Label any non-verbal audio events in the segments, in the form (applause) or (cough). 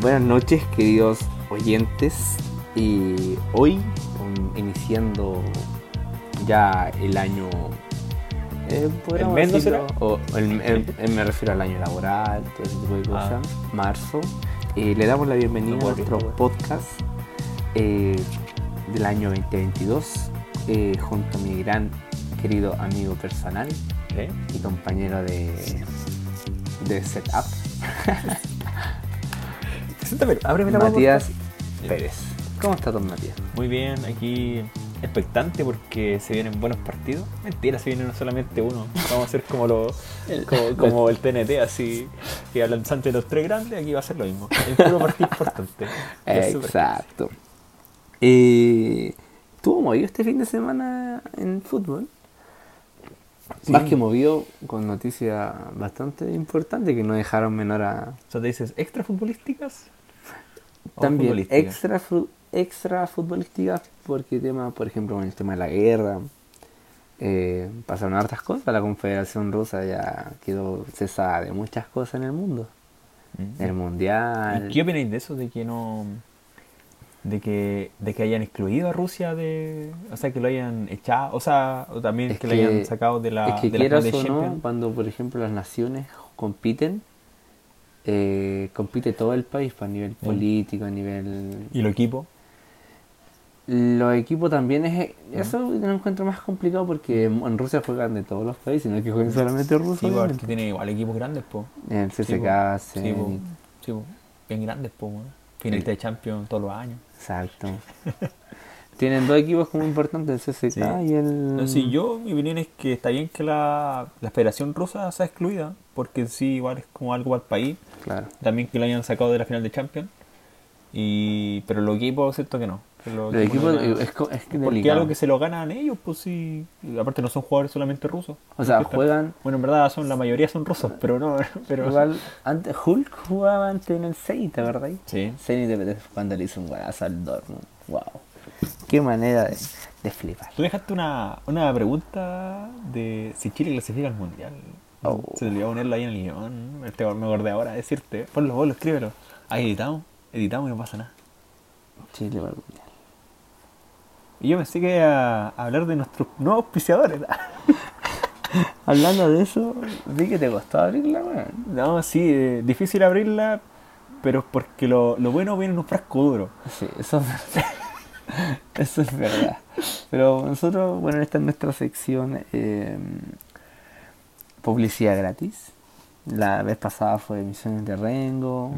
Buenas noches, queridos oyentes. Y hoy, um, iniciando ya el año. eh, ¿El podríamos mes no decirlo, será? o el- el- el- me refiero al año laboral, todo ese tipo de Ah. cosas. Marzo. Eh, le damos la bienvenida No a puedo nuestro creerlo, podcast eh, del año 2022, eh, junto a mi gran querido amigo personal ¿Eh? y compañero de, de setup, Siéntame, ábreme la Matías Ya. Pérez. ¿Cómo está don Matías? puerta. Muy bien, aquí expectante porque se vienen buenos partidos. Mentira, se vienen solamente uno. Vamos a hacer como lo, como, como el TNT, así que hablan antes de los tres grandes, aquí va a ser lo mismo. El puro partido importante. Es súper. Exacto. Eh, Estuvo movido este fin de semana en fútbol. Más que movido con noticias bastante importantes que no dejaron menor a... O sea, te dices, ¿extra futbolísticas? o También futbolísticas? extra, fru- extra futbolísticas porque tema, por ejemplo, con el tema de la guerra. eh, pasaron hartas cosas. La Confederación Rusa ya quedó cesada de muchas cosas en el mundo. Mm. El Mundial. ¿Y qué opináis de eso? De que no. De que, de que hayan excluido a Rusia de. O sea, que lo hayan echado. O sea, o también Es que, lo hayan sacado de la. es que de la quieras final o de no, Champions. cuando por ejemplo las naciones compiten, eh, compite todo el país pues, a nivel político, a nivel... Y los equipos. Los equipos también Ah. es... Eso lo encuentro más complicado porque en Rusia juegan de todos los países, no es que jueguen solamente rusos. Sí, porque obviamente. pues, tiene igual equipos grandes, po. el Sí, po. CSKA, Sí, po. Zenit, Sí, po. Bien grandes, po. weón. Finalista de Champions todos los años. (laughs) exacto. Tienen dos equipos como importantes, el CSKA Sí. y el... No, sí, yo, mi opinión es que está bien que la, la Federación Rusa sea excluida, porque en sí igual es como algo para el país. Claro. También que lo hayan sacado de la final de Champions. Y, pero los equipos, siento que no. que los Los equipos equipos no ganan. es, co- es que porque delicado. algo que se lo ganan ellos, pues sí. Y Aparte no son jugadores solamente rusos. O sea, Porque- juegan- Bueno, en verdad son la mayoría son rusos, pero no. (laughs) Pero, Igual, antes, Hulk jugaba antes en el Zenit, ¿verdad? Sí. Zenit de Pérez cuando le hizo un golazo al Dortmund. Wow. Qué manera de, de flipar. Tú dejaste una, una pregunta de si Chile clasifica al mundial. Oh. Se te olvidó ponerlo ahí en el guión. Me te- me acordé ahora de decirte. Ponlo vos, lo escríbelo. Ahí editamos, editamos y no pasa nada. Chile va al Mundial. Y yo pensé que iba a hablar de nuestros nuevos auspiciadores. (laughs) Hablando de eso, vi que te costó abrirla, weón. No, sí, eh, difícil abrirla, pero es porque lo, lo bueno viene en un frasco duro. Sí, eso es verdad. (laughs) Eso es verdad. Pero nosotros, bueno, esta es nuestra sección eh, publicidad gratis. La vez pasada fue Misiones de Rengo.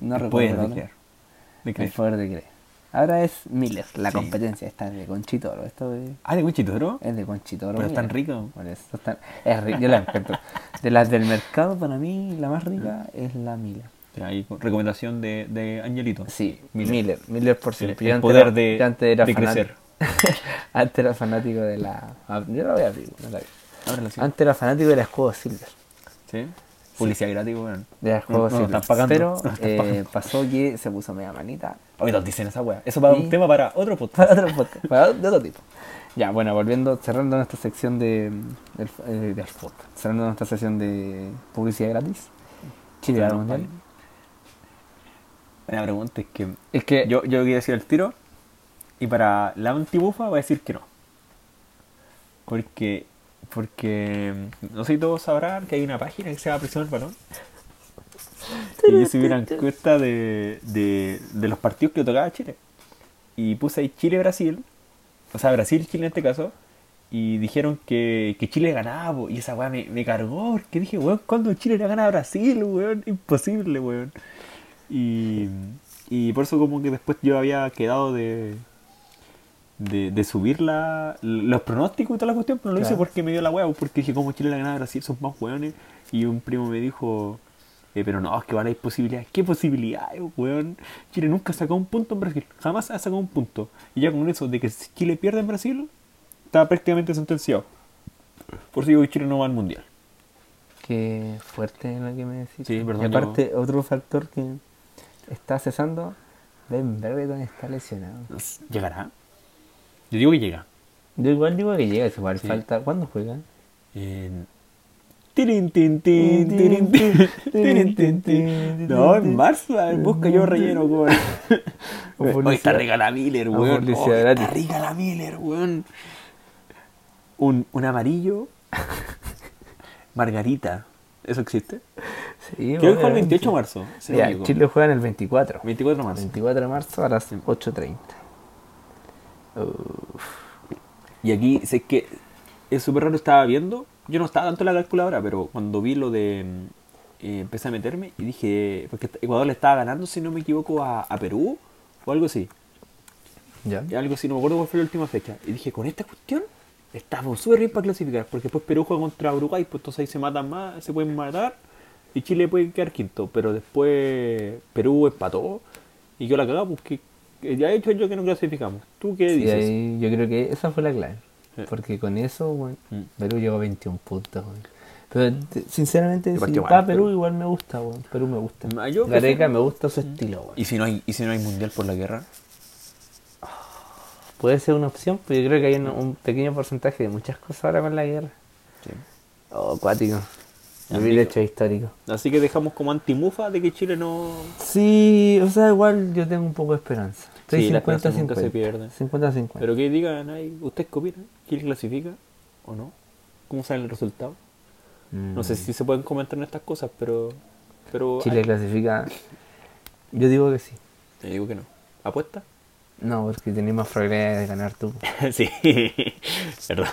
No El recuerdo. poder la de otra. creer. De El creer. poder de creer. Ahora es Miller, la Sí. competencia. Esta es de Conchitoro. Esto es, Ah, de Wichitoro. es de Conchitoro. Pero es tan Miller. rico. Por eso es tan- es ri- yo la encuentro. De las del mercado, para mí, la más rica es la Miller. Ya, ahí, recomendación de, de Angelito. Sí, Miller. Miller. Miller, por El, siempre. el Yo antes poder era- de, yo antes era de fanat- crecer. (laughs) antes era fanático de la. ah, Yo la voy a abrir. no la abrí. Ábrela, sí. Antes era fanático del escudo Silver. ¿Sí? Publicidad gratis, weón. De las No, no, Silver. están pagando. Pero (laughs) No, están eh, pagando. pasó que se puso media manita. Hoy nos dicen esa weá. Eso para Sí. un tema para otro podcast. Para otro podcast, para otro- de otro tipo. Ya, bueno, volviendo, cerrando nuestra sección de, del, eh, del podcast, cerrando nuestra sección de publicidad gratis. Chile va al mundial. La pregunta es que Es que yo, yo quería decir el tiro y para la antibufa voy a decir que no. Porque, porque mm, no sé si todos sabrán que hay una página que se llama Prisión del Balón. Y yo subí una encuesta de, de, de los partidos que le tocaba a Chile. Y puse ahí Chile-Brasil, o sea, Brasil-Chile en este caso. Y dijeron que, que Chile ganaba, po, y esa weá me, me cargó, porque dije, weón, ¿cuándo Chile le gana a Brasil, weón? Imposible, weón. Y, y por eso como que después yo había quedado de, de, de subir la, los pronósticos y toda la cuestión, pero no lo Claro. hice porque me dio la hueá, porque dije, ¿cómo Chile la ganaba Brasil? Son más hueones. Y un primo me dijo, eh, pero no, es que vale, hay posibilidades. ¿Qué posibilidades, weón? Chile nunca sacó un punto en Brasil, jamás ha sacado un punto. Y ya con eso, de que si Chile pierde en Brasil, está prácticamente sentenciado. Por eso digo que Chile no va al Mundial. Qué fuerte es lo que me decís. Sí, perdón, y aparte, otro factor que está cesando, Ben Brereton está lesionado. ¿Llegará? Yo digo que llega. Yo igual digo que llega, es igual Sí. falta. ¿Cuándo juega? En- Tirin, tin, tin, tirin, tin, (laughs) tirin, tin, tin. No, en marzo, a ver, busca yo relleno, weón. O publicidad. Hoy está rica la Miller, O weón. publicidad Hoy gratis. Está rica la Miller, weón. Un, un (laughs) amarillo. Margarita. ¿Eso existe? Sí, Creo que bueno, fue el 28 de marzo. si no me Ya, equivoco. Chile juega en el 24. 24 de marzo. 24 de marzo a las 8.30. Y aquí, sé que es súper raro, estaba viendo, yo no estaba tanto en la calculadora, pero cuando vi lo de... mm, eh, empecé a meterme y dije, porque Ecuador le estaba ganando, si no me equivoco, a, a Perú o algo así. Ya. Y algo así, no me acuerdo cuál fue la última fecha. Y dije, con esta cuestión estamos súper bien para clasificar, porque después Perú juega contra Uruguay, pues entonces ahí se matan más, se pueden matar, y Chile puede quedar quinto, pero después Perú empató y yo la cagaba, porque ya he hecho yo que no clasificamos. ¿Tú qué Y dices? ahí, yo creo que esa fue la clave. Sí. Porque con eso, weón, Mm. Perú llegó a 21 puntos, weón. Pero te- sinceramente, Igual si que igual, va a Perú, Perú. igual me gusta, weón. Perú me gusta. Ma, yo Gareca prefiero- Mm. me gusta su estilo, weón. ¿Y si no hay, y si no hay mundial por la guerra? Puede ser una opción, pero yo creo que hay un, un pequeño porcentaje de muchas cosas ahora con la guerra. Oh, acuático. Vivir hecho histórico. Así que dejamos como antimufa de que Chile no. Sí, o sea, igual yo tengo un poco de esperanza. Estoy Sí, la esperanza 50-50. nunca se pierde. 50-50. Pero que digan ahí, ¿ustedes qué opinan? ¿Quién clasifica o no? ¿Cómo sale el resultado? Mm. No sé si se pueden comentar en estas cosas, pero. pero Chile clasifica. Yo digo que sí. Te digo que no. ¿Apuesta? (laughs) No, porque tenés más probabilidades de ganar tú. sí. (laughs) Perdón.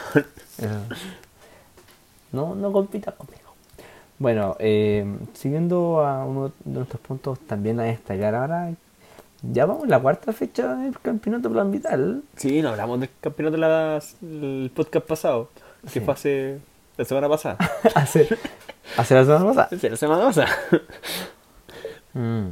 Eso. No, no compitas conmigo. Bueno, eh, siguiendo a uno de nuestros puntos también a destacar ahora, ya vamos en la cuarta fecha del campeonato plan vital. Sí, no hablamos del campeonato de las- del podcast pasado, Sí. que fue hace. la semana pasada. (laughs) hace, hace la semana pasada. (laughs) Sí, la semana pasada. Mm.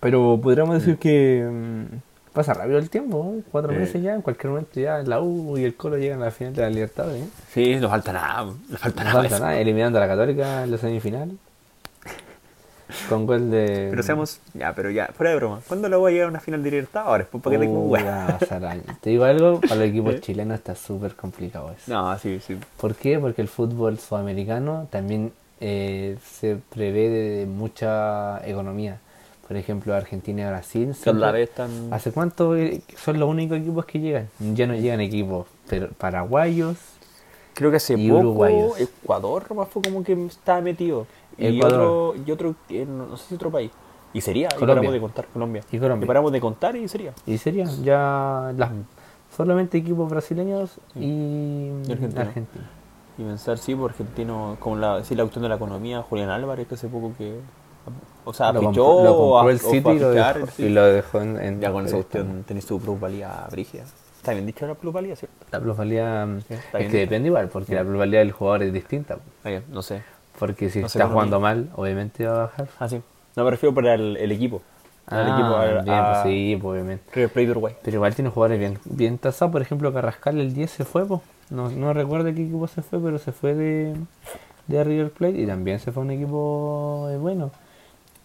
Pero podríamos decir que mm, pasa rápido el tiempo, ¿no? cuatro Eh. meses ya, en cualquier momento ya la U y el Colo llegan a la final de la Libertadores. ¿eh? (laughs) sí, nos falta nada. Nos falta No nada. falta nada, eliminando a la Católica en la semifinal. Con gol de. Pero seamos, ya, pero ya, fuera de broma. ¿Cuándo lo voy a llegar a una final de Libertadores? Pues para que tengo Uh, hueá. ya, Saraña. Te digo algo, para los equipos chilenos está súper complicado eso. No, sí, sí. ¿Por qué? Porque el fútbol sudamericano también eh, se prevé de mucha economía. Por ejemplo, Argentina y Brasil. Que otra siempre- vez están. ¿Hace cuánto eh, son los únicos equipos que llegan? Ya no llegan equipos pero paraguayos. Creo que hace y poco uruguayos. Ecuador más fue como que estaba metido. Y Ecuador. otro, y otro eh, no no sé si otro país. Y sería, y Colombia. paramos de contar Colombia. Y Colombia. paramos de contar y sería. Y sería ya las, Mm. solamente equipos brasileños y Y Mm. argentino. argentinos. Y pensar, sí, por argentino, como la, sí, la cuestión de la economía, Julián Álvarez, que hace poco que. O sea, Lo Ah, fichó compró, lo o compró a- el o fue City a y lo fichar, dejó, sí. y lo dejó en, en- Ya con esa pero- cuestión tenés tu plusvalía brígida. Está bien dicho la plusvalía, ¿cierto? La plusvalía mm, está es bien que dicho. depende igual, porque la plusvalía del jugador es distinta. po. Está bien, no sé. Porque si No sé está cómo jugando mal, obviamente va a bajar. Ah, sí. No, me refiero para el, el equipo. Para el equipo, Ah, a- bien, a pues sí, pues, obviamente. River Plate de Uruguay. Pero igual tiene jugadores bien, bien tasados. Por ejemplo, Carrascal el 10 se fue. po. No, no recuerdo qué equipo se fue, pero se fue de, de River Plate y también se fue a un equipo eh, bueno.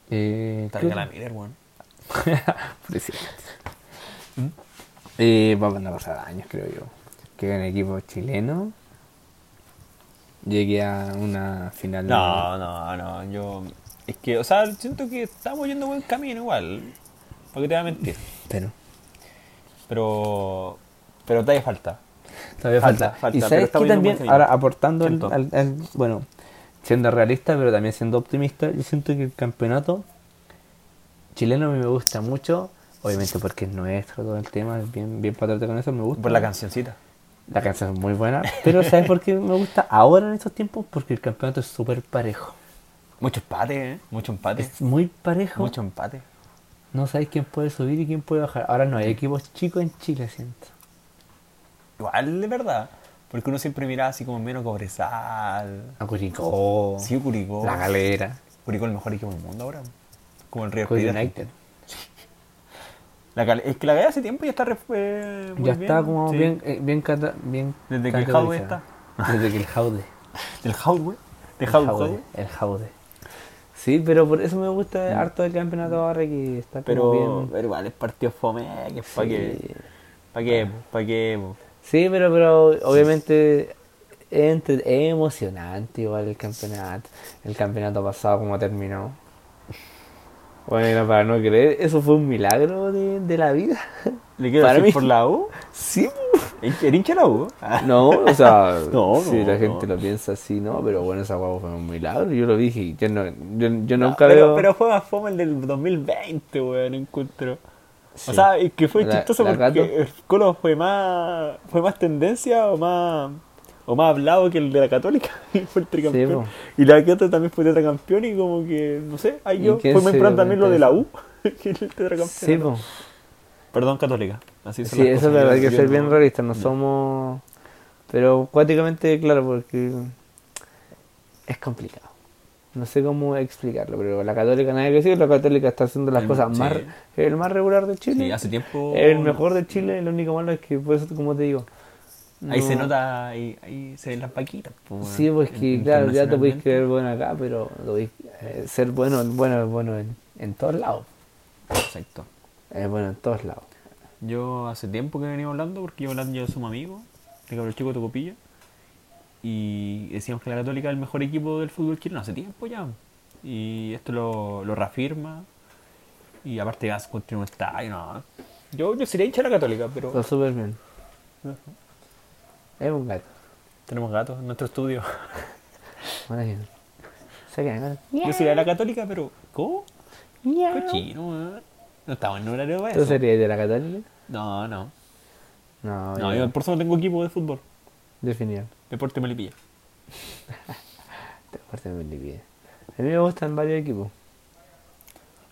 Eh, Está creo- rica la Miller, weón. (laughs) Presidente. ¿Mm? Eh, van a pasar años, creo yo. Que un equipo chileno llegue a una final. No, no, no. Yo. Es que, o sea, siento que estamos yendo buen camino igual. ¿Para qué te voy a mentir? Pero Pero. Pero todavía falta. todavía Falta, falta. falta, y pero sabes está que viendo buen también, camino. ahora aportando al- Siento. al- al- Bueno, siendo realista, pero también siendo optimista, yo siento que el campeonato chileno a mí me gusta mucho. Obviamente porque es nuestro todo el tema, es bien, bien patriota con eso, me gusta. Por la cancioncita. La canción es muy (laughs) buena, pero ¿sabes por qué me gusta ahora en estos tiempos? Porque el campeonato es súper parejo. Mucho empate, ¿eh? Mucho empate. Es muy parejo. Mucho empate. No sabes quién puede subir y quién puede bajar. Ahora no hay equipos chicos en Chile, siento. Igual, de verdad. Porque uno siempre miraba así como menos Cobresal. A Curicó, Sí, Curicó. La Galera, Curicó es el mejor equipo del mundo ahora. Como el River Curicó Plate. Pues United. La Cal- es que la Galera hace tiempo ya está re- eh, muy Ya bien, está como sí. bien, eh, bien, cata- bien Desde que el Jaude categorizada. Desde que el Jaude. (laughs) Del Howard. Del El Howard. Jaude. El Jaude. Sí, pero por eso me gusta harto el campeonato ahora que está como Pero, bien. pero igual es partido fome, que es para Sí. que. ¿Para qué? ¿Para qué? po? Sí, pero, pero obviamente entre- es emocionante igual el campeonato. El campeonato pasado como terminó. Bueno, para no creer, eso fue un milagro de, de la vida. Le quiero Para decir mí- por la U. Sí, po. ¿Era hincha de la U? Ah, (laughs) no, o sea, (laughs) No, si no, la gente no. lo piensa así, no, pero bueno, esa hueá fue un milagro. Yo lo dije, yo, no, yo, yo no, nunca pero, veo. pero fue más fome el del 2020, weón, encuentro. Sí. O sea, es que fue La- chistoso la porque Cato. el Colo fue más, fue más tendencia o más, o más hablado que el de la Católica. (laughs) y fue el tricampeón. po. y la Cato también fue tetracampeón y como que, no sé, ahí ¿Y yo. quién Fue más se importante también lo de la U (laughs) interesa? que el tetracampeón. sí, po. Perdón, Católica. Así son Sí, eso las es cosas. verdad, Yo- hay que yo ser no- Mm. bien realistas, no somos... Pero cuáticamente, claro, porque es complicado. No sé cómo explicarlo, pero la católica, nada que decir, la católica está haciendo las Mm, cosas sí. más... El más regular de Chile. Sí, hace tiempo. El mejor de Chile, lo único malo es que, pues, como te digo... Ahí se no- nota, ahí, ahí se ven las paquitas. po, weón. Sí, pues que, claro, ya te podéis Internacionalmente. creer bueno acá, pero lo podéis, eh, ser bueno, bueno, bueno en, en todos lados. Exacto. Es bueno en todos lados. Yo hace tiempo que venía hablando, porque yo hablando yo somos amigos, de Cabro Chico de Tocopilla, y decíamos que la Católica es el mejor equipo del fútbol chileno hace tiempo ya. Y esto lo, lo reafirma, y aparte vas contra un estadio, no. Yo, yo sería hincha de la Católica, Está pero súper bien. Es un gato. tenemos gatos en nuestro estudio. (laughs) Bueno, ahí no. Se quedan gatos. Yo sería de la Católica, pero ¿cómo? Miau. Cochino, weón. No estamos en horario para ¿Tú eso. serías de la católica? No, no. No, No, yo- yo por eso no tengo equipo de fútbol. definido. Deporte me pilla. Deporte de Melipilla. A mí me gustan varios equipos.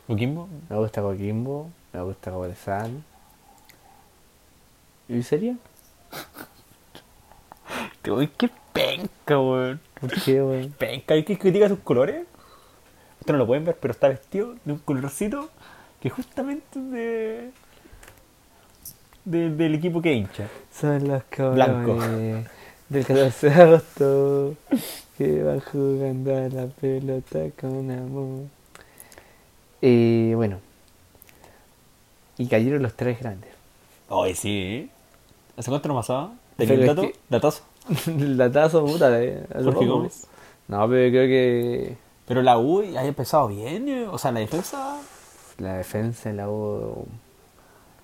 Coquimbo, Me gusta Coquimbo, me gusta Cobresal. ¿Y sería? Te voy, qué penca, weón. ¿Por qué, weón? Penca, ¿y que critica sus colores? Ustedes no lo pueden ver, pero está vestido de un colorcito que justamente es de, de- del equipo que hincha. Son los Blanco. cabrones del 14 de agosto que van jugando a la pelota con amor. Eh, bueno. Y cayeron los tres grandes. Ay, sí. ¿eh? ¿Hace cuánto no pasaba? Pero ¿Tenía un es dato? que- Datazo. El datazo, puta, de hace Jorge poco. Gómez. No, pero creo que Pero la U ha empezado bien, eh. o sea, la defensa la defensa de la U.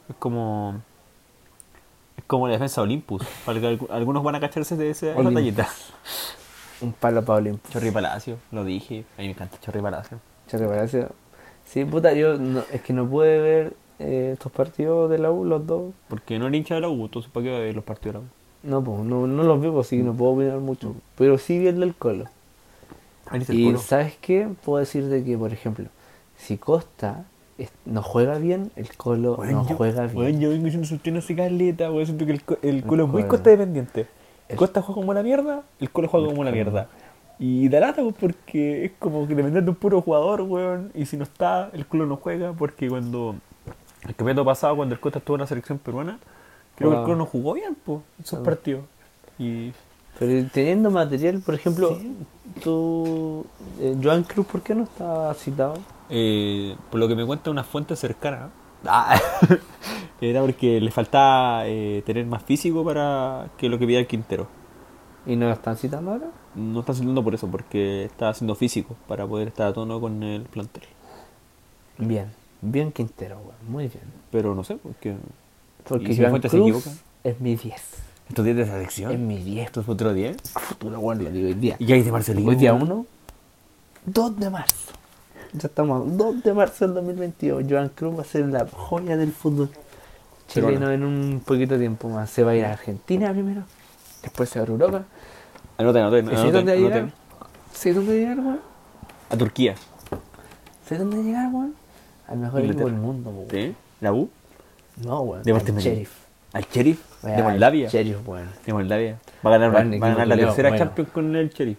es como. Es como la defensa de Olympus. Para que algu- algunos van a cacharse de esa Olympus. batallita. Un palo para Olimpo. Chorri Palacio, lo dije. A mí me encanta Chorri Palacio. Chate Palacio. Sí, puta, yo no- es que no pude ver eh, estos partidos de la U, los dos. Porque no era hincha de la U, entonces ¿para qué va a ver los partidos de la U? No, pues, no, no los veo, así que no puedo opinar mucho. Pero sí vi el del Colo. Ahí dice el Y culo. ¿sabes qué? Puedo decirte que, por ejemplo, si Costa es- no juega bien, el Colo Weón, no yo- juega bien. weón, yo vengo diciendo eso, usted no se caleta, weón. Siento que el, co- el No colo es muy juega. costa dependiente. El- Costa juega como la mierda, el colo juega como la mierda. Y da lata, pues, porque es como que dependiendo de un puro jugador, weón. Y si no está, el colo no juega, porque cuando. El campeonato pasado, cuando el Costa estuvo en la selección peruana, creo que Ah. el colo no jugó bien, pues, esos partidos. Y. Pero teniendo material, por ejemplo, tú, eh, Joan Cruz, ¿por qué no está citado? Eh, por lo que me cuenta una fuente cercana, (laughs) ah, era porque le faltaba eh, tener más físico para que lo que pidía el Quintero. ¿Y no lo están citando ahora? No está haciendo por eso, porque está haciendo físico para poder estar a tono con el plantel. Bien, bien Quintero, weón, muy bien. Pero no sé, porque Porque ¿Y si Joan Fuentes se Cruz equivoca? es mi 10, estos 10 de es selección, mi 10. estos futuros 10, A futuro, bueno, lo digo hoy día. y ya dice Marcelino. Hoy día 1, 2 de marzo. Ya estamos a 2 de marzo del 2022. Joan Cruz va a ser la joya del fútbol chileno Peruano. en un poquito de tiempo más. Se va a ir a Argentina primero, después se va a Europa. Anoten, anoten, ¿Y ¿Sabes dónde va a anoten, llegar? anoten. ¿Sabes dónde va a llegar, weón? A Turquía. ¿Sabes dónde va a llegar, weón? Al mejor equipo Inglaterra. del mundo, weón. ¿Sí? ¿La U? No, weón. De al Martín Merino. Sheriff. ¿Al Sheriff? Weón, ¿De al Moldavia? Sheriff, weón. De Moldavia. pues, Va a ganar, Gran va a ganar la equipo, tercera bueno. Champions con el Cherry.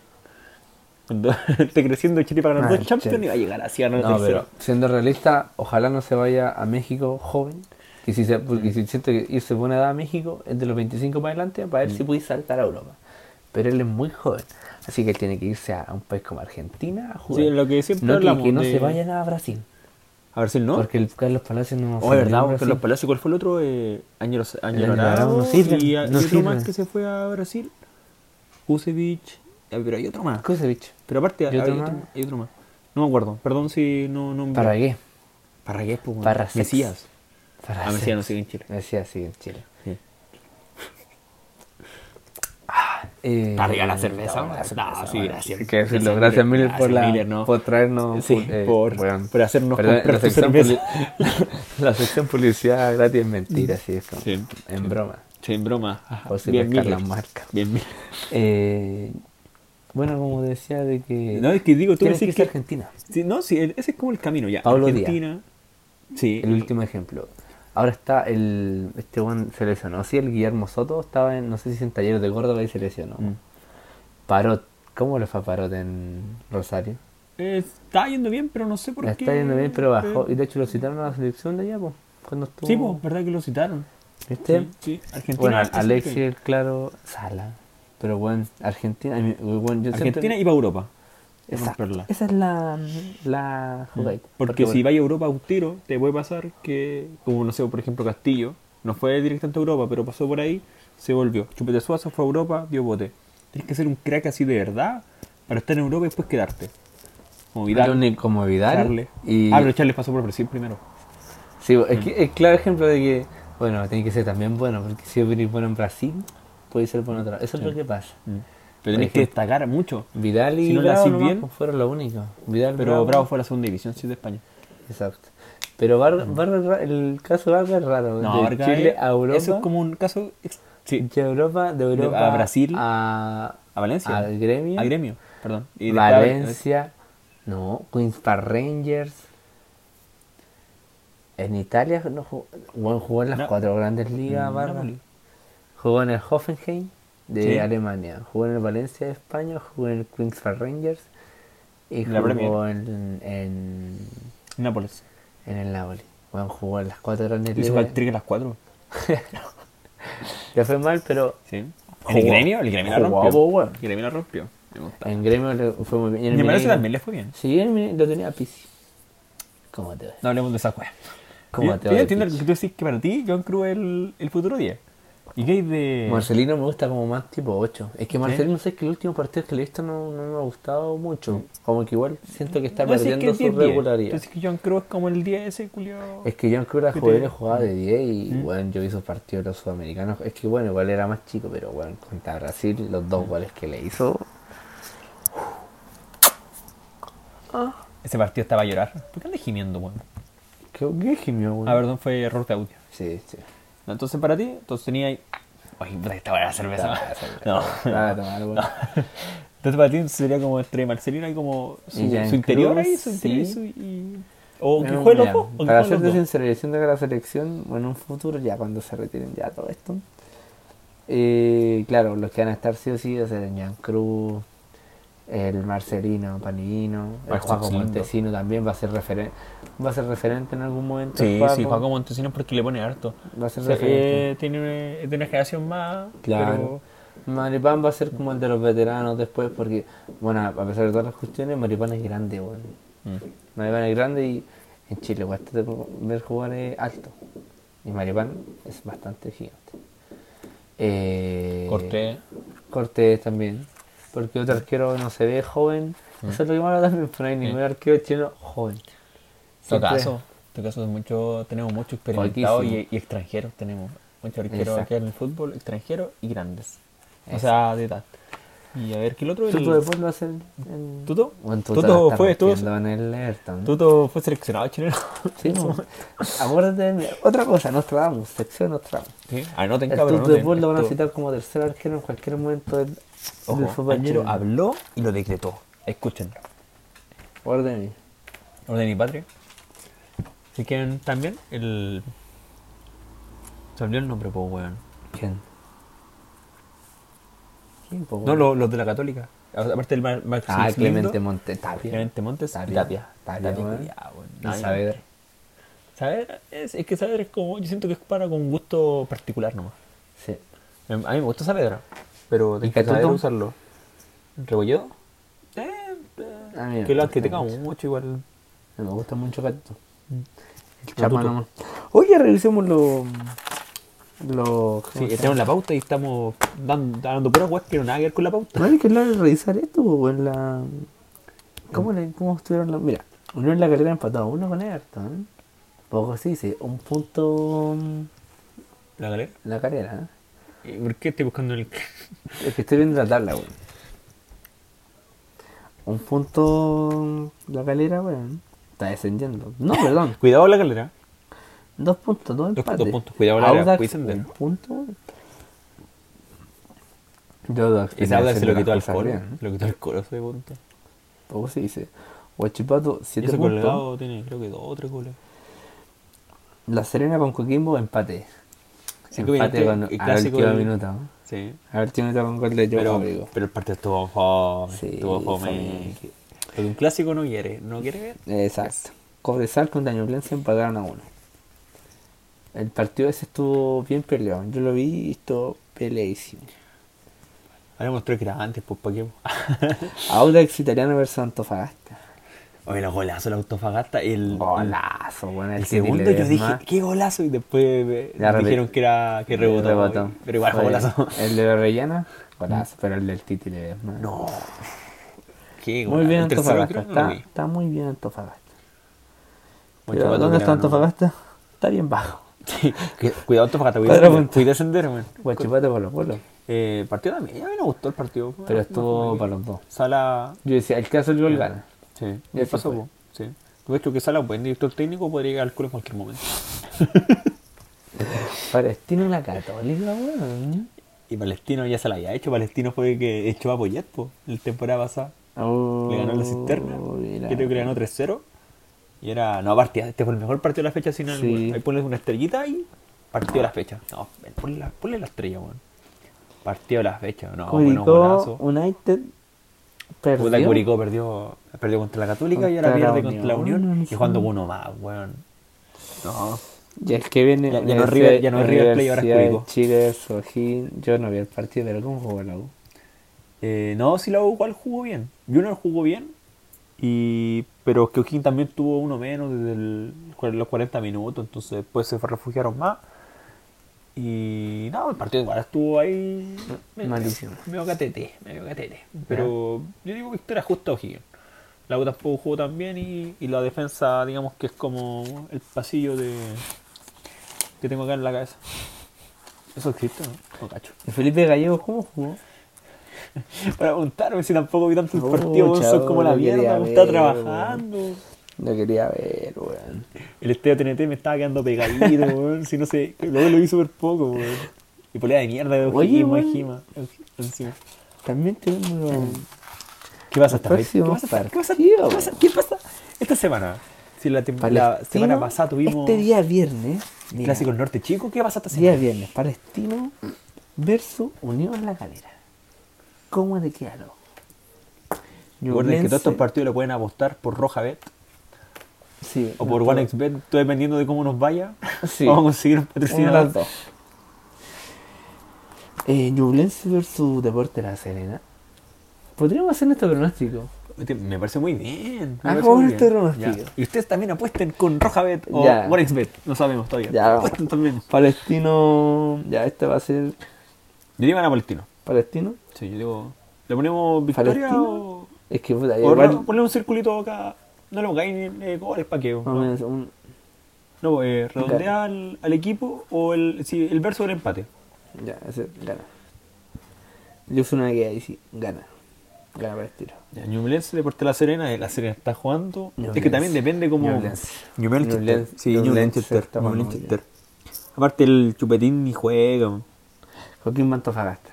Cuando (laughs) esté creciendo el Cherry para ganar Ah, dos el Champions Sheriff. y va a llegar así a ganar la No, tercera. pero siendo realista, ojalá no se vaya a México joven. Que si se, porque si siento que irse buena edad a México es de los 25 para adelante para Mm. ver si puede saltar a Europa. Pero él es muy joven, así que él tiene que irse a un país como Argentina a jugar. lo que siempre no, que, hablamos que no de- se vayan a Brasil, A ver si no. porque el Carlos Palacios no. Oh, es verdad, porque Brasil. los Palacios, ¿cuál fue el otro? Eh, Ángel Os- Ángel Ángel Arao Arao no sirve, y, a- no y otro sirve. más que se fue a Brasil. Kusevich, ah, pero hay otro más. Kusevich. Pero aparte ¿Y hay otro otro, más? hay otro más. No me acuerdo, perdón si no... no ¿Para qué? ¿Para qué? Pues, Parrasex. Mesías. Para Ah, hacer- Mesías no sigue en Chile. Mesías sigue Eh, en Chile. Sí. Eh, Para regalar cerveza, no, weón. la No, sí, gracias. Hay que decirlo. Gracias, Gracias, Miller. Miller, por, la, Gracias, Miller, no. por traernos. eh, Sí, por- por hacernos comprar la tu sección, cerveza. poli- (laughs) la sección publicidad gratis es mentira, sí, es como- Sí. en broma. (laughs) Sin broma. Ajá. O si pescar Bien, Miller. las marcas. Bien, Miller. Eh, bueno, como decía, de que. No, es que digo, tú tienes decís Eh, que irse que... a Argentina. Sí, no, sí, el- ese es como el camino ya. Pablo Díaz. Argentina. Sí. El último ejemplo. Ahora está el. Este buen se lesionó. Sí, el Guillermo Soto estaba en. No sé si en Talleres de Córdoba y se lesionó. Mm. Parot. ¿Cómo le fue a Parot en Rosario? Eh, está yendo bien, pero no sé por La qué. está yendo bien, pero bajó. Y de hecho lo citaron a la selección de allá, po, Cuando estuvo. Sí, pues, verdad que lo citaron. ¿Viste? Sí, sí. Argentina. este Bueno, está siempre bien. Alexis, claro, Sala. Pero bueno, Argentina. a mí- bueno, yo siempre- Argentina iba a Europa. Exacto. romperla. Esa es la, la jugadita. Mm, Porque si bueno, vais a Europa a un tiro, te puede pasar que, como no sé, por ejemplo Castillo, no fue directamente a Europa, pero pasó por ahí, se volvió. Chupete Suazo fue a Europa, dio bote. Tienes que ser un crack así de verdad para estar en Europa y después quedarte. Como Lo Vidal, único como Vidal Charles. y Ah, pero Mm. Charles pasó por Brasil primero. Sí, bo- es, que, es claro ejemplo de que, bueno, tiene que ser también bueno, porque si venir bueno en Brasil, puede ser bueno en otra. Eso es lo que pasa. Pero Mm. Por tenés que ejemplo. destacar mucho. Vidal y Si no la Bravo haces nomás, bien- pues, fueron los únicos. Vidal, Pero Bravo, fue a la segunda división, sí, de España. Exacto. Pero Bar- Vargas ra- el caso Vargas es raro. Mm. No, de Vargas Chile es- a Europa. Eso es como un caso. ex- Sí, de Europa, de Europa a Brasil, a, a Valencia. al gremio, A gremio, perdón. Y después a- Valencia, no, Queens Park Rangers. En Italia no jugó, bueno, jugó en las Na- cuatro grandes ligas, Vargas. Mm, Napoli. Jugó en el Hoffenheim de Sí. Alemania, jugó en el Valencia de España, jugó en el Queens Park Rangers y La jugó en, en, Nápoles. en el Napoli. Bueno, jugó en las cuatro grandes Hizo ligas. hat-trick a las 4. Le fue mal, pero Sí. ¿En Jugó. el gremio? El gremio la Jugó, rompió. bueno. El gremio la rompió. Me gusta. en Gremio le fue muy bien. Y Y en en Valencia Mineiro- también le fue bien. Sí, en Mineiro lo tenía a Pizzi. ¿Cómo te va? No hablemos de esa wea. ¿Cómo yo, te yo va de entiendo Pizzi? que tú decís que para ti John Cruz es el, el futuro 10. ¿Y qué hay de...? Marcelino me gusta como más tipo 8. Es que Marcelino, sé que el último partido que le he visto no, no me ha gustado mucho. Como que igual siento que está No, si es que perdiendo es su 10-10. regularidad. Entonces que John Cruz es como el 10 ese, culio... Es que John Cruz era ¿Qué te joven y digo? jugaba de 10 y bueno, yo vi sus partidos de los sudamericanos. Es que bueno, igual era más chico, pero bueno, contra Brasil, los dos goles que le hizo. Ese partido estaba a llorar. ¿Por qué andas gimiendo, weón? ¿Qué, qué gimió, güey? Ah, perdón, fue error de audio. Sí, sí. No, Entonces para ti, entonces tenía ahí... Ay, puta, esta buena cerveza. Estaba la cerveza. No. Estaba a tomar, güey. (laughs) Entonces para ti sería como entre Marcelino y como su, Y Jan su interior Cruz, ahí, su interior sí. y su- y- O Bueno, Quijuelo, mira, po, o Para Quijuelo serte dos. sincero, yo siento que la selección, bueno, en un futuro, ya cuando se retiren ya todo esto, eh, claro, los que van a estar sí o sí va a ser el Jan Cruz, el Marcelino Panino, el Marcelino. Juanjo Montesino también va a ser referente. Va a ser referente en algún momento. Sí, Juaco. sí, Juaco Montesinos porque le pone harto. Va a ser O sea, referente. eh, tiene, una- es de una generación más, Claro. Maripán va a ser como el de los veteranos después, porque, bueno, a pesar de todas las cuestiones, Maripán es grande, bueno. pero... Mm. Maripán es grande y en Chile cuesta ver jugar eh, alto. Y Maripán es bastante gigante. Eh, Cortés. Cortés también. Porque otro arquero no se ve joven. Mm. Eso es lo que malo también, pero no hay ningún arquero chino joven. Siempre- Tocaso. Tocaso este es mucho, tenemos muchos experimentados y, Poquísimo. y extranjeros. Tenemos muchos arqueros Exacto. acá en el fútbol, extranjeros y grandes. O sea, de edad. Y a ver, ¿qué el otro? El- Tuto después lo hacen en... ¿Tuto? Bueno, Tuto, la Tuto está fue, Tuto, rompiendo en el Everton. Tuto fue seleccionado chileno. Sí, po. (laughs) acuérdate de mí. Otra cosa, nos trabamos, sección nos trabamos. Sí. Ah, Anoten, El cabrón. eh, Tuto de anoten. Puebla lo van a Esto- citar como tercer arquero en cualquier momento del, del Ojo, fútbol Añero chileno. habló y lo decretó. Escuchen. Acuérdate de mí. Orden y Patria. Si quieren también, el. Se olvidó el nombre, po, weón. ¿Quién? ¿Quién, po, No, weón? lo- los de la Católica. A- Aparte del Mar Marx Ah, Luis Clemente Lindo, Monte, Tapia. Clemente Montes. Tapia. Tapia, Tapia, weón. culiao, weón. Y Nadie- Saavedra. Saavedra es, es que Saavedra es como. Yo siento que es para con gusto particular nomás. Sí. A mí me gusta Saavedra, pero ¿Y tenés que saber Catuto? usarlo. ¿Rebolledo? Eh, eh, A mí me que Mm. lo gusta han criticado mucho. mucho igual. Ah, Me gusta mucho Gato. El Tuto. chapa nomás. Oye, revisemos lo- Los. Sí, este tenemos la pauta y estamos dando, dando puras weas que no nada que ver con la pauta. No hay que hablar de revisar esto, po, weón, la... Mm. ¿Cómo, le- ¿Cómo estuvieron los.? Mira, uno en la carrera empatado, uno con Everton. Poco así, dice, un punto mm, ¿La galera? la carrera. ¿Y ¿Por qué estoy buscando el.? (laughs) ¿eh? Es que estoy viendo la tabla, weón. Un punto mm, la calera, weón. Está descendiendo. No, perdón. Cuidado la galera. (laughs) Dos puntos, dos Dos- empates. dos puntos, cuidado la área, Audax, puede ser. un punto. weón. Yo Audax Ese venía habla se haciendo lo quitó al las cosas coro. bien, Se lo quitó al coro ese punto. ¿eh? Poco se dice. Huachipato, Y 7 ese puntos. colgado tiene, creo que dos o tres goles. La Serena con Coquimbo, empate. Cinco empate minutos, con el a ver clásico qué va del- minuto. ¿no? Sí. A ver qué minuto con gol de Joe Pero, Rodrigo. pero el partido estuvo fome. Sí, estuvo fome. fome. Porque un clásico no quiere. No quiere ver. Exacto. Cobresal con Ñublense empataron a uno. El partido ese estuvo bien peleado. Yo lo vi y estuvo peleadísimo. Ahora mostró que era antes, pues para qué. (laughs) Audax Italiano versus Antofagasta. Oye, los golazos el Autofagasta. El, Oh, Golazo, bueno. el que segundo Tilly yo dije, Ledesma. qué golazo. Y después me- Ya repet- dijeron que era que rebotó. Rebotó. Pero igual fue Oye, golazo. El de Orellana, golazo. Pero el del Titi Ledesma. (laughs) No. Qué Muy golazo. bien El tercero Antofagasta. creo que no lo Está, vi. está muy bien Antofagasta. Mucho Pero, pato ¿Dónde que está le ganó. Antofagasta? Está bien bajo. (laughs) Sí, cu- Cuidado, Antofagasta. Cuatro Cuidado, puntos. cuidado descender, man. Guachipato por los polos. Eh, partido también. A mí me gustó el partido. Ah, Pero estuvo para los dos. Sala. Yo decía, el caso del gol gana. Sí, Y me así pasó, fue. po. sí. De hecho, que Sala, un buen director técnico, podría llegar al culo en cualquier momento. Palestino en la Católica, weón. Y Palestino ya se la había hecho. Palestino fue el que echó a Poyet, po, la temporada pasada. Le ganó la cisterna. Oh, mira. Creo que le ganó 3-0. Y era, no, partida. Este fue el mejor partido de la fecha. Sin el Sí. gol. Ahí pones una estrellita y partido de la fecha. No, ven, ponle la, ponle la estrella, weón. Partido de la fecha. No, bueno, Curicó golazo. United perdió. Puta, Curicó perdió, perdió contra la Católica y ahora Contra la pierde contra la Unión, Unión. sí. Y jugando uno más, weón. No. Ya es que viene. Ya- ya no es Universidad- River- ya no es River Plate, ahora es Universidad de Curicó. Chile, Sojín. Yo no vi el partido, pero ¿cómo jugó la U? Eh, no, si la U igual jugó bien. Junior jugó bien. Y, pero es que O'Higgins también tuvo uno menos desde el- cu- los 40 minutos. Entonces después se refugiaron más. Y no, el partido igual estuvo ahí. medio- Malísimo. Medio catete, medio catete. Pero yo digo victoria justa a O'Higgins. La U tampoco jugó tan bien y, y la defensa, digamos que es como el pasillo de que tengo acá en la cabeza. Eso existe, ¿no? No cacho. ¿Y Felipe Gallego cómo jugó? Para preguntarme si tampoco vi tanto el Oh, partido, weón, son chavo, como la lo quería mierda, me está ver, trabajando. No quería ver, weón. El estadio TNT me estaba quedando pegadito, weón, si no sé, luego lo vi súper poco, weón. Y polea de mierda de Oye, Ojima, weón. Ojima, encima. También tenemos. ¿Qué pasa esta vez? ¿Qué Próximo pasa, esta- ¿Qué pasa? ¿Qué partido, pasa? ¿Qué pasa? Esta semana, si la, tem- la Palestino, semana pasada tuvimos Este día viernes. mira, Clásico Norte Chico, ¿qué pasa esta Día semana? viernes, Palestino versus Unión La Calera. ¿Cómo te queda loco? Recuerden que todos estos Ñublense- partidos lo pueden apostar por Roja Bet sí, o por nuestro- OneXBet, todo dependiendo de cómo nos vaya. Sí. Vamos a conseguir un Uno de las patrocinador. dos. Eh, Ñublense versus Deporte La Serena. Podríamos hacer nuestro pronóstico. Oye, Me parece muy bien. Ah, me parece ¿cómo muy no estoy bien. pronóstico? Ya. Y ustedes también apuesten con RojaBet o Ya. WarexBet. No sabemos todavía. Ya. Apuesten también. Palestino. Ya, este va a ser Yo digo a Palestino. Palestino. Sí, yo digo. ¿Le ponemos victoria Palestino. o.? Es que puta, o igual- no, ponle un circulito acá. No le pongáis eh, goles para qué. más o No, menos un- No, eh, redondea al, al equipo o el, sí, el verso del empate. Ya, ese gana. Yo uso una que ahí sí, gana. Gana Palestino. Ya, Ñublense, Deporte La Serena, eh, La Serena está jugando. Es Ñublense. que también depende como Ñublense. Ñublense. Ñublense. Sí, Ñublense Ñublense. está jugando muy bien. Ñublense. Aparte el chupetín ni juega. man. Joaquín Mantofagasta.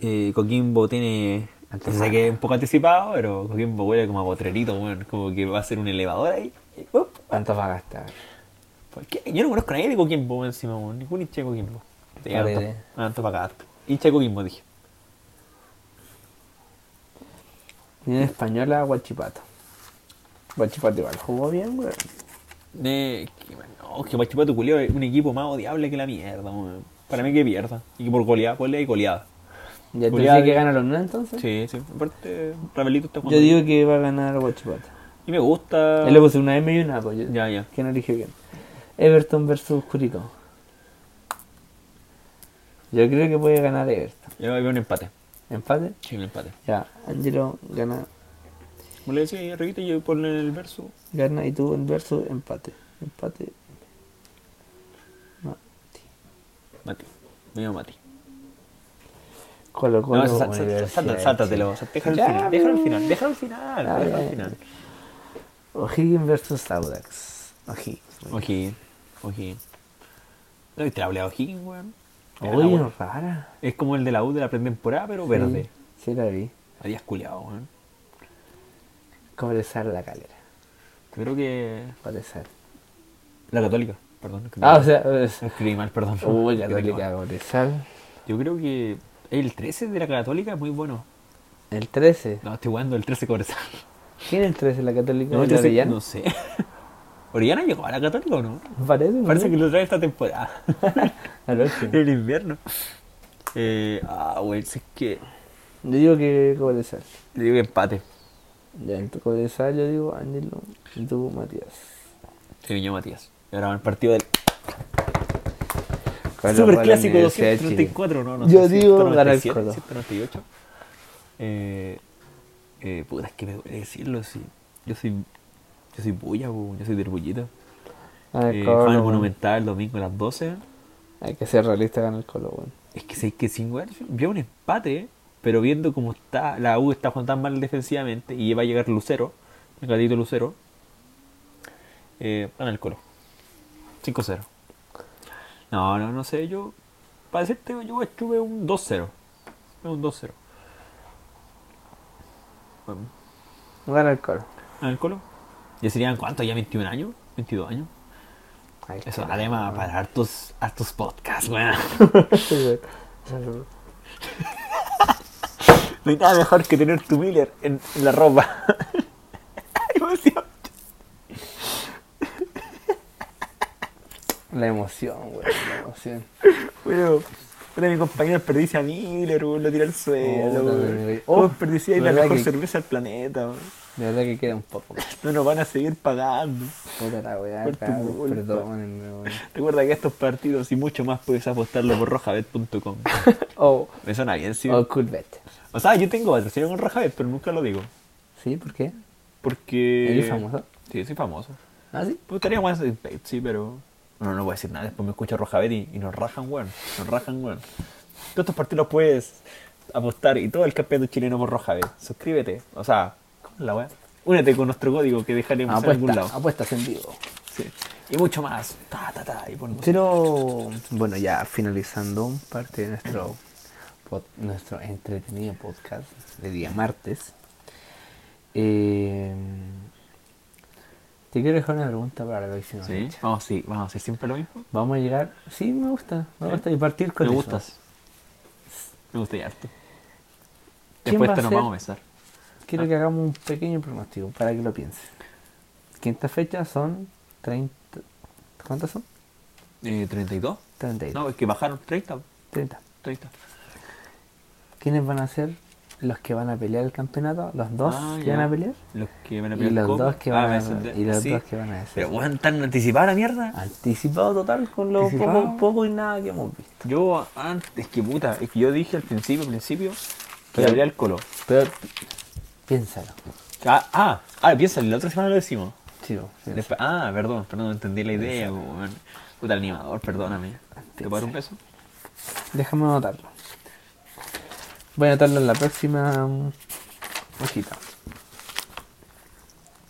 Eh, Coquimbo tiene. Antes- sé que es un poco anticipado, pero Coquimbo huele como a potrerito, weón. Como que va a ser un elevador ahí. Eh, up. Antofagasta. ¿Por qué? Yo no conozco a nadie de Coquimbo weón, encima, weón. Ningún hincha de Coquimbo. De Vale, Anto- de- Antofagasta. Hincha de Coquimbo, dije. Unión Española, Guachipato. Guachipato igual jugó bien, weón. De. que- No, que Machupato Culeo es un equipo más odiable que la mierda, weón. Para mí que pierda. Y que por goleada, ponle goleada. Ya te Julián- decía que gana los nueve entonces. Sí, sí. Aparte, Rabelito está jugando. Yo digo que va a ganar Guachipato. Y me gusta. Él le puse una pues, M y una apoyo. Ya, ya. Que no elige bien. Everton versus Curicó. Yo creo que puede ganar Everton. Yo veo un empate. ¿Empate? Sí, un empate. Ya, Angelo gana, Como le decía, repite yo ponle el verso. gana y tú en verso empate. Empate. Mati. Mati. Medio Mati. Colo Colo. No, sa- sa- Universidad sa- salta- de sáltatelo. sa- Déjalo Ya, al final. Déjalo al pero- final. Déjalo al final. Ah, Déjalo al ya. final. Chile. O'Higgins versus Audax. O'Higgins. O'Higgins. O'Higgins. ¿No viste la volea de O'Higgins, weón? Era la Oye, wea- rara. Es como el de la U de la pretemporada, pero verde. Sí, sí la vi. Habías culiado, weón. Cobresar la calera. Creo que. Cobresar. La Católica, perdón. escribí Ah, o mal. sea, es... Escribí mal, perdón. (laughs) Uy, Escribí mal. Católica Cobresal. Yo creo que el 13 de la Católica es muy bueno. El 13. No, estoy jugando el 13 Cobresal. ¿Quién es el 13 la Católica? ¿El No, el 13, Orellana? no sé. (laughs) ¿Orellana llegó a la Católica o no? Parece, ¿no? (laughs) Parece que lo trae esta temporada. Al último. (laughs) el invierno. Eh, ah, güey, si es que. Yo digo que Cobresal. Le digo que empate. Ya, en tu Cobresal yo digo Ángelo y tú Matías. Se viñó Matías. Y ahora el partido del. Colo Super Colo clásico Universidad de Chile. 234, no, no Yo sé, digo ganar el 197, Colo. 198. Eh, eh, puta, es que me duele decirlo, sí. Yo soy. Yo soy bulla, po, yo soy derbullita. Gana Ah, el Eh, Colo, fan del weón. monumental el domingo a las 12. Hay que ser realista, gana el Colo, weón. Es que sé que sin jugar, veo un empate, eh, pero viendo cómo está, la U está jugando tan mal defensivamente y va a llegar Lucero, el gatito Lucero, eh, gana el colo. 5-0. No, no, no sé, yo, para decirte, yo estuve un 2-0. Veo Un 2-0. Bueno, Gana el Colo. gana el colo. ¿Ya serían cuántos? ¿Ya 21 años? ¿22 años? Ay, Eso qué (laughs) da tema para hartos, hartos podcasts, weón. Salud. No hay nada mejor que tener tu Miller en, en la ropa. (laughs) Emoción. La emoción, weón, la emoción. Bueno, una de mis compañeros desperdicia a Miller, weón, lo tira al Oh, suelo. la weón. verdad. Vos Oh, desperdiciáis la verdad mejor que- cerveza del planeta. weón. De verdad que queda un poco. No nos van a seguir pagando. Puta la weá, Por tu cabrón, culpa. perdónenme, (laughs) weón. Recuerda que estos partidos y mucho más puedes apostarlo por rojabet.com. O, Me suena bien, sí. o Oh, cool bet. O sea, yo tengo patrocinio con Rojabet, pero nunca lo digo. ¿Sí? ¿Por qué? Porque. ¿Eres famoso? Sí, soy famoso. ¿Ah, sí? Me gustaría más el Pep, sí, pero. No, no voy a decir nada. Después me escucha Rojabet y, y nos rajan, weón. Nos rajan, weón. Todos estos partidos puedes apostar y todo el campeonato chileno por Rojabet. Suscríbete. O sea, ¿cómo es la weá? Únete con nuestro código que dejaremos pues, en algún Apuesta, lado. apuestas en vivo. Sí. Y mucho más. Ta, ta, ta. Y pon música. Pero, bueno, ya finalizando parte de nuestro, pod- nuestro entretenido podcast de día martes. eh, te quiero dejar una pregunta para la próxima Sí, fecha. vamos, sí, vamos a hacer siempre lo mismo. Vamos a llegar. Sí, me gusta. Me ¿Sí? gusta y partir con Me eso. gustas. Me gusta harto. ¿Quién va Después a te nos ser? vamos a besar. Ah. Quiero que hagamos un pequeño pronóstico para que lo pienses. Quinta fecha son 30. ¿Cuántas son? Eh, ¿32? 32. No, es que bajaron 30. 30. 30. ¿Quiénes van a ser los que van a pelear el campeonato? ¿Los dos Ah, que ya. van a pelear? Los que van a Y pelear los Copa. dos que Ah, van me a- sorpre- y los dos que van a Ah. Pero hacer. bueno, tan anticipada la mierda. Anticipado total con lo Anticipado. poco, poco y nada que hemos visto. Yo antes que puta, es que yo dije al principio, al principio, que Pero- habría el colo. Pero piénsalo. Ah, ah, ah, piensa, la otra semana lo decimos. Sí, vos, piénsalo. Después- ah, perdón, perdón, no entendí la idea, po, weón. Puta animador, perdóname. ¿Te puedo dar un beso? Déjame anotarlo. Voy a anotarlo en la próxima mm, hojita.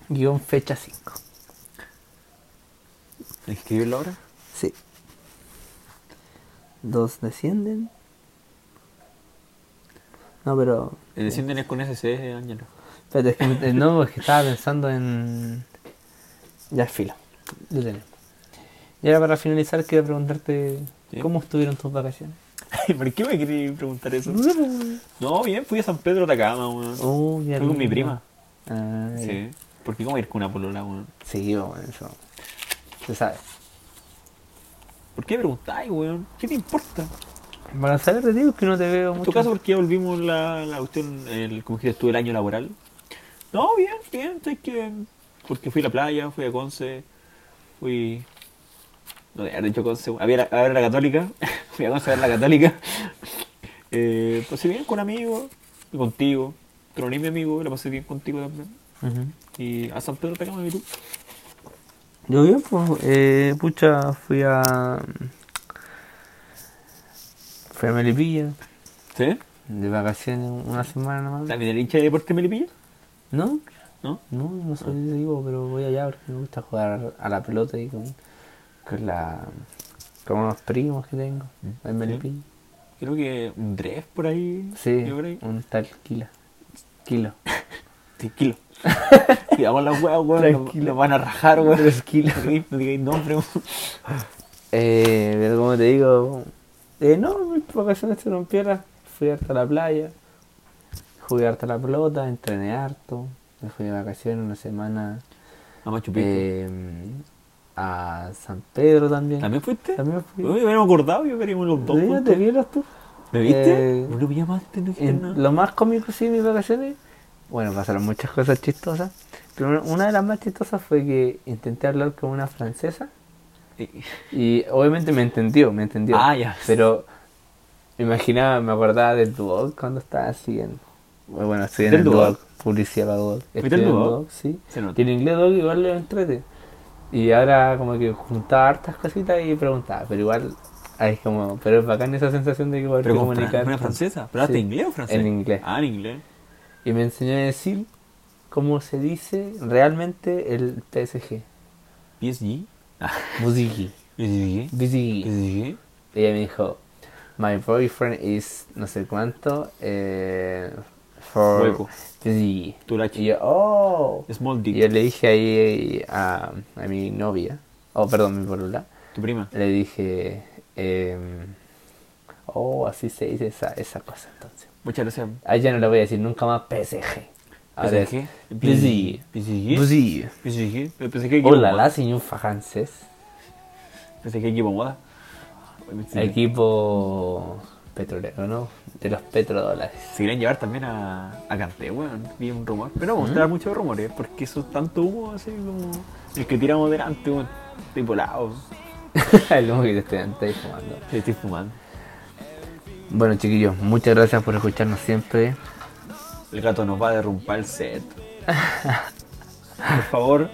Guión fecha 5. ¿Escribirlo ahora? Sí. Dos descienden. No, pero. Eh, Descienden es con SC, (laughs) Ángelo. Espérate, es que me- eh, (laughs) no, es que estaba pensando en. Ya filo. Lo tenemos. Y ahora para finalizar, quiero preguntarte: Sí. ¿cómo estuvieron tus vacaciones? Ay, ¿Por qué me quería preguntar eso? No, bien, fui a San Pedro de Atacama, weón. Oh, ya Fui con mi no. prima. Ah, ya. Sí. ¿Por qué cómo ir con una polola, weón? Sí, bueno, eso. Se sabe. ¿Por qué preguntáis, weón? ¿Qué te importa? Para saber de ti es que no te veo En mucho. tu caso, ¿por qué volvimos la, la cuestión, el, como dijiste tú, el año laboral? No, bien, bien, sé que. Porque fui a la playa, fui a Conce, fui. No, de haber dicho Conce, a ver, a ver a la Católica, (laughs) fui a conocer la católica. (laughs) Eh, pasé bien con amigos y contigo. Troné mi amigo, la pasé bien contigo también. Y a San Pedro te acabo de tú. Yo bien, pues, eh, pucha, fui a. Fui a Melipilla, ¿Sí? de vacaciones una semana nomás. ¿También el hincha de Deporte Melipilla? ¿No? ¿No? No, no soy de vivo, pero voy allá porque me gusta jugar a la pelota y con, con la. con unos primos que tengo Mm. en Melipilla. Creo que un dress por ahí. Sí, Yo creo. un tal Kila. (laughs) Kilo. (laughs) Tranquilo. Cuidado con las weas, weón. Lo, Tranquilo. lo van a rajar, weón. Tranquilo. No digáis- no digáis nombre, weón. Eh, pero como te digo, eh, no, mis vacaciones se rompieron. Fui harto a la playa, jugué harto a la pelota, entrené harto. Me fui de vacaciones una semana A Machu Picchu. eh, a San Pedro también. ¿También fuiste? También fui. Uy, me hubiera acordado, yo veríamos los dos. Sí, ¿no juntos. ¿Te vieras tú? ¿Me viste? Eh, no me llamaste, no dijiste En- nada. lo más cómico sí de mis vacaciones, bueno, pasaron muchas cosas chistosas, pero una- una de las más chistosas fue que intenté hablar con una francesa. Eh, Y obviamente me entendió, me entendió. Ah, ya. Pero me imaginaba, me acordaba del Duoc cuando estaba así en. Bueno, estoy en ¿Del el Duoc? Duoc, publicidad para Duoc. ¿Fuiste Estoy al en el Duoc? sí. Se nota. Y en inglés Duoc igual lo entrete. Y ahora como que juntaba hartas cositas y preguntaba, pero igual hay como. Pero es bacán esa sensación de que poder Pero con comunicar. fran- una francesa. ¿Pero hablaste Sí, inglés o francés? En inglés. Ah, en inglés. Y me enseñó a decir cómo se dice realmente el PSG. PSG. Ah, (laughs) Buzigi. PSG. Buzigi. PSG. Ella me dijo, my boyfriend is no sé cuánto, eh, for... Hueco. Sí. Tu Y lachi. yo, oh. Small Y dick. yo le dije ahí a, a mi novia, oh, perdón, mi bolula, Tu prima. le dije, em, oh, así se dice esa, esa cosa entonces. Muchas gracias. A ella no le voy a decir nunca más PSG. Ahora PSG. es Busy. PSG. Busy. PSG. Pero Pensé que equipo Pues Hola, moda. la señor francés. Pensé que equipo moda. Equipo petrolero, ¿no? De los petrodólares. (laughs) Se querían llevar también a, a Kanté, weón. Vi un rumor. Pero no vamos a mostrar muchos rumores, porque eso es tanto humo así como el que tiramos delante, weón. Estoy volado, el humo que te estoy- estáis fumando. estoy fumando. Bueno, chiquillos, muchas gracias por escucharnos siempre. El gato nos va a derrumbar el (laughs) set. Por favor,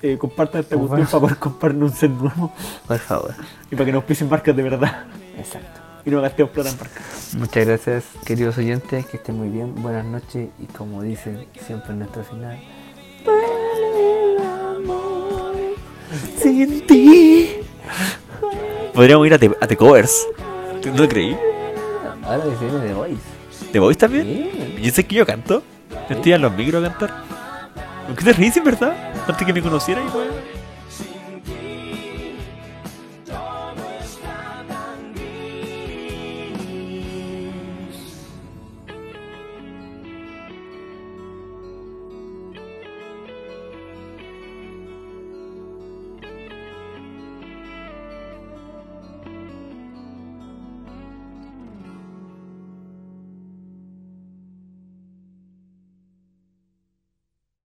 eh, compartan esta cuestión para poder comprarnos un set nuevo Por favor. y para que nos pisen marcas de verdad (laughs) Exacto. y no gastemos plata en marcas. Muchas gracias, queridos oyentes. Que estén muy bien. Buenas noches. Y como dicen siempre en nuestro final, duele el amor sin ti. Podríamos ir a The, Covers. ¿No lo creí? Ahora que se viene The Voice. ¿Te voy también? Bien. Yo sé que yo canto. Yo estoy a los micros a cantar. ¿Por qué te ríes, en verdad? Antes que me conocieras, weón.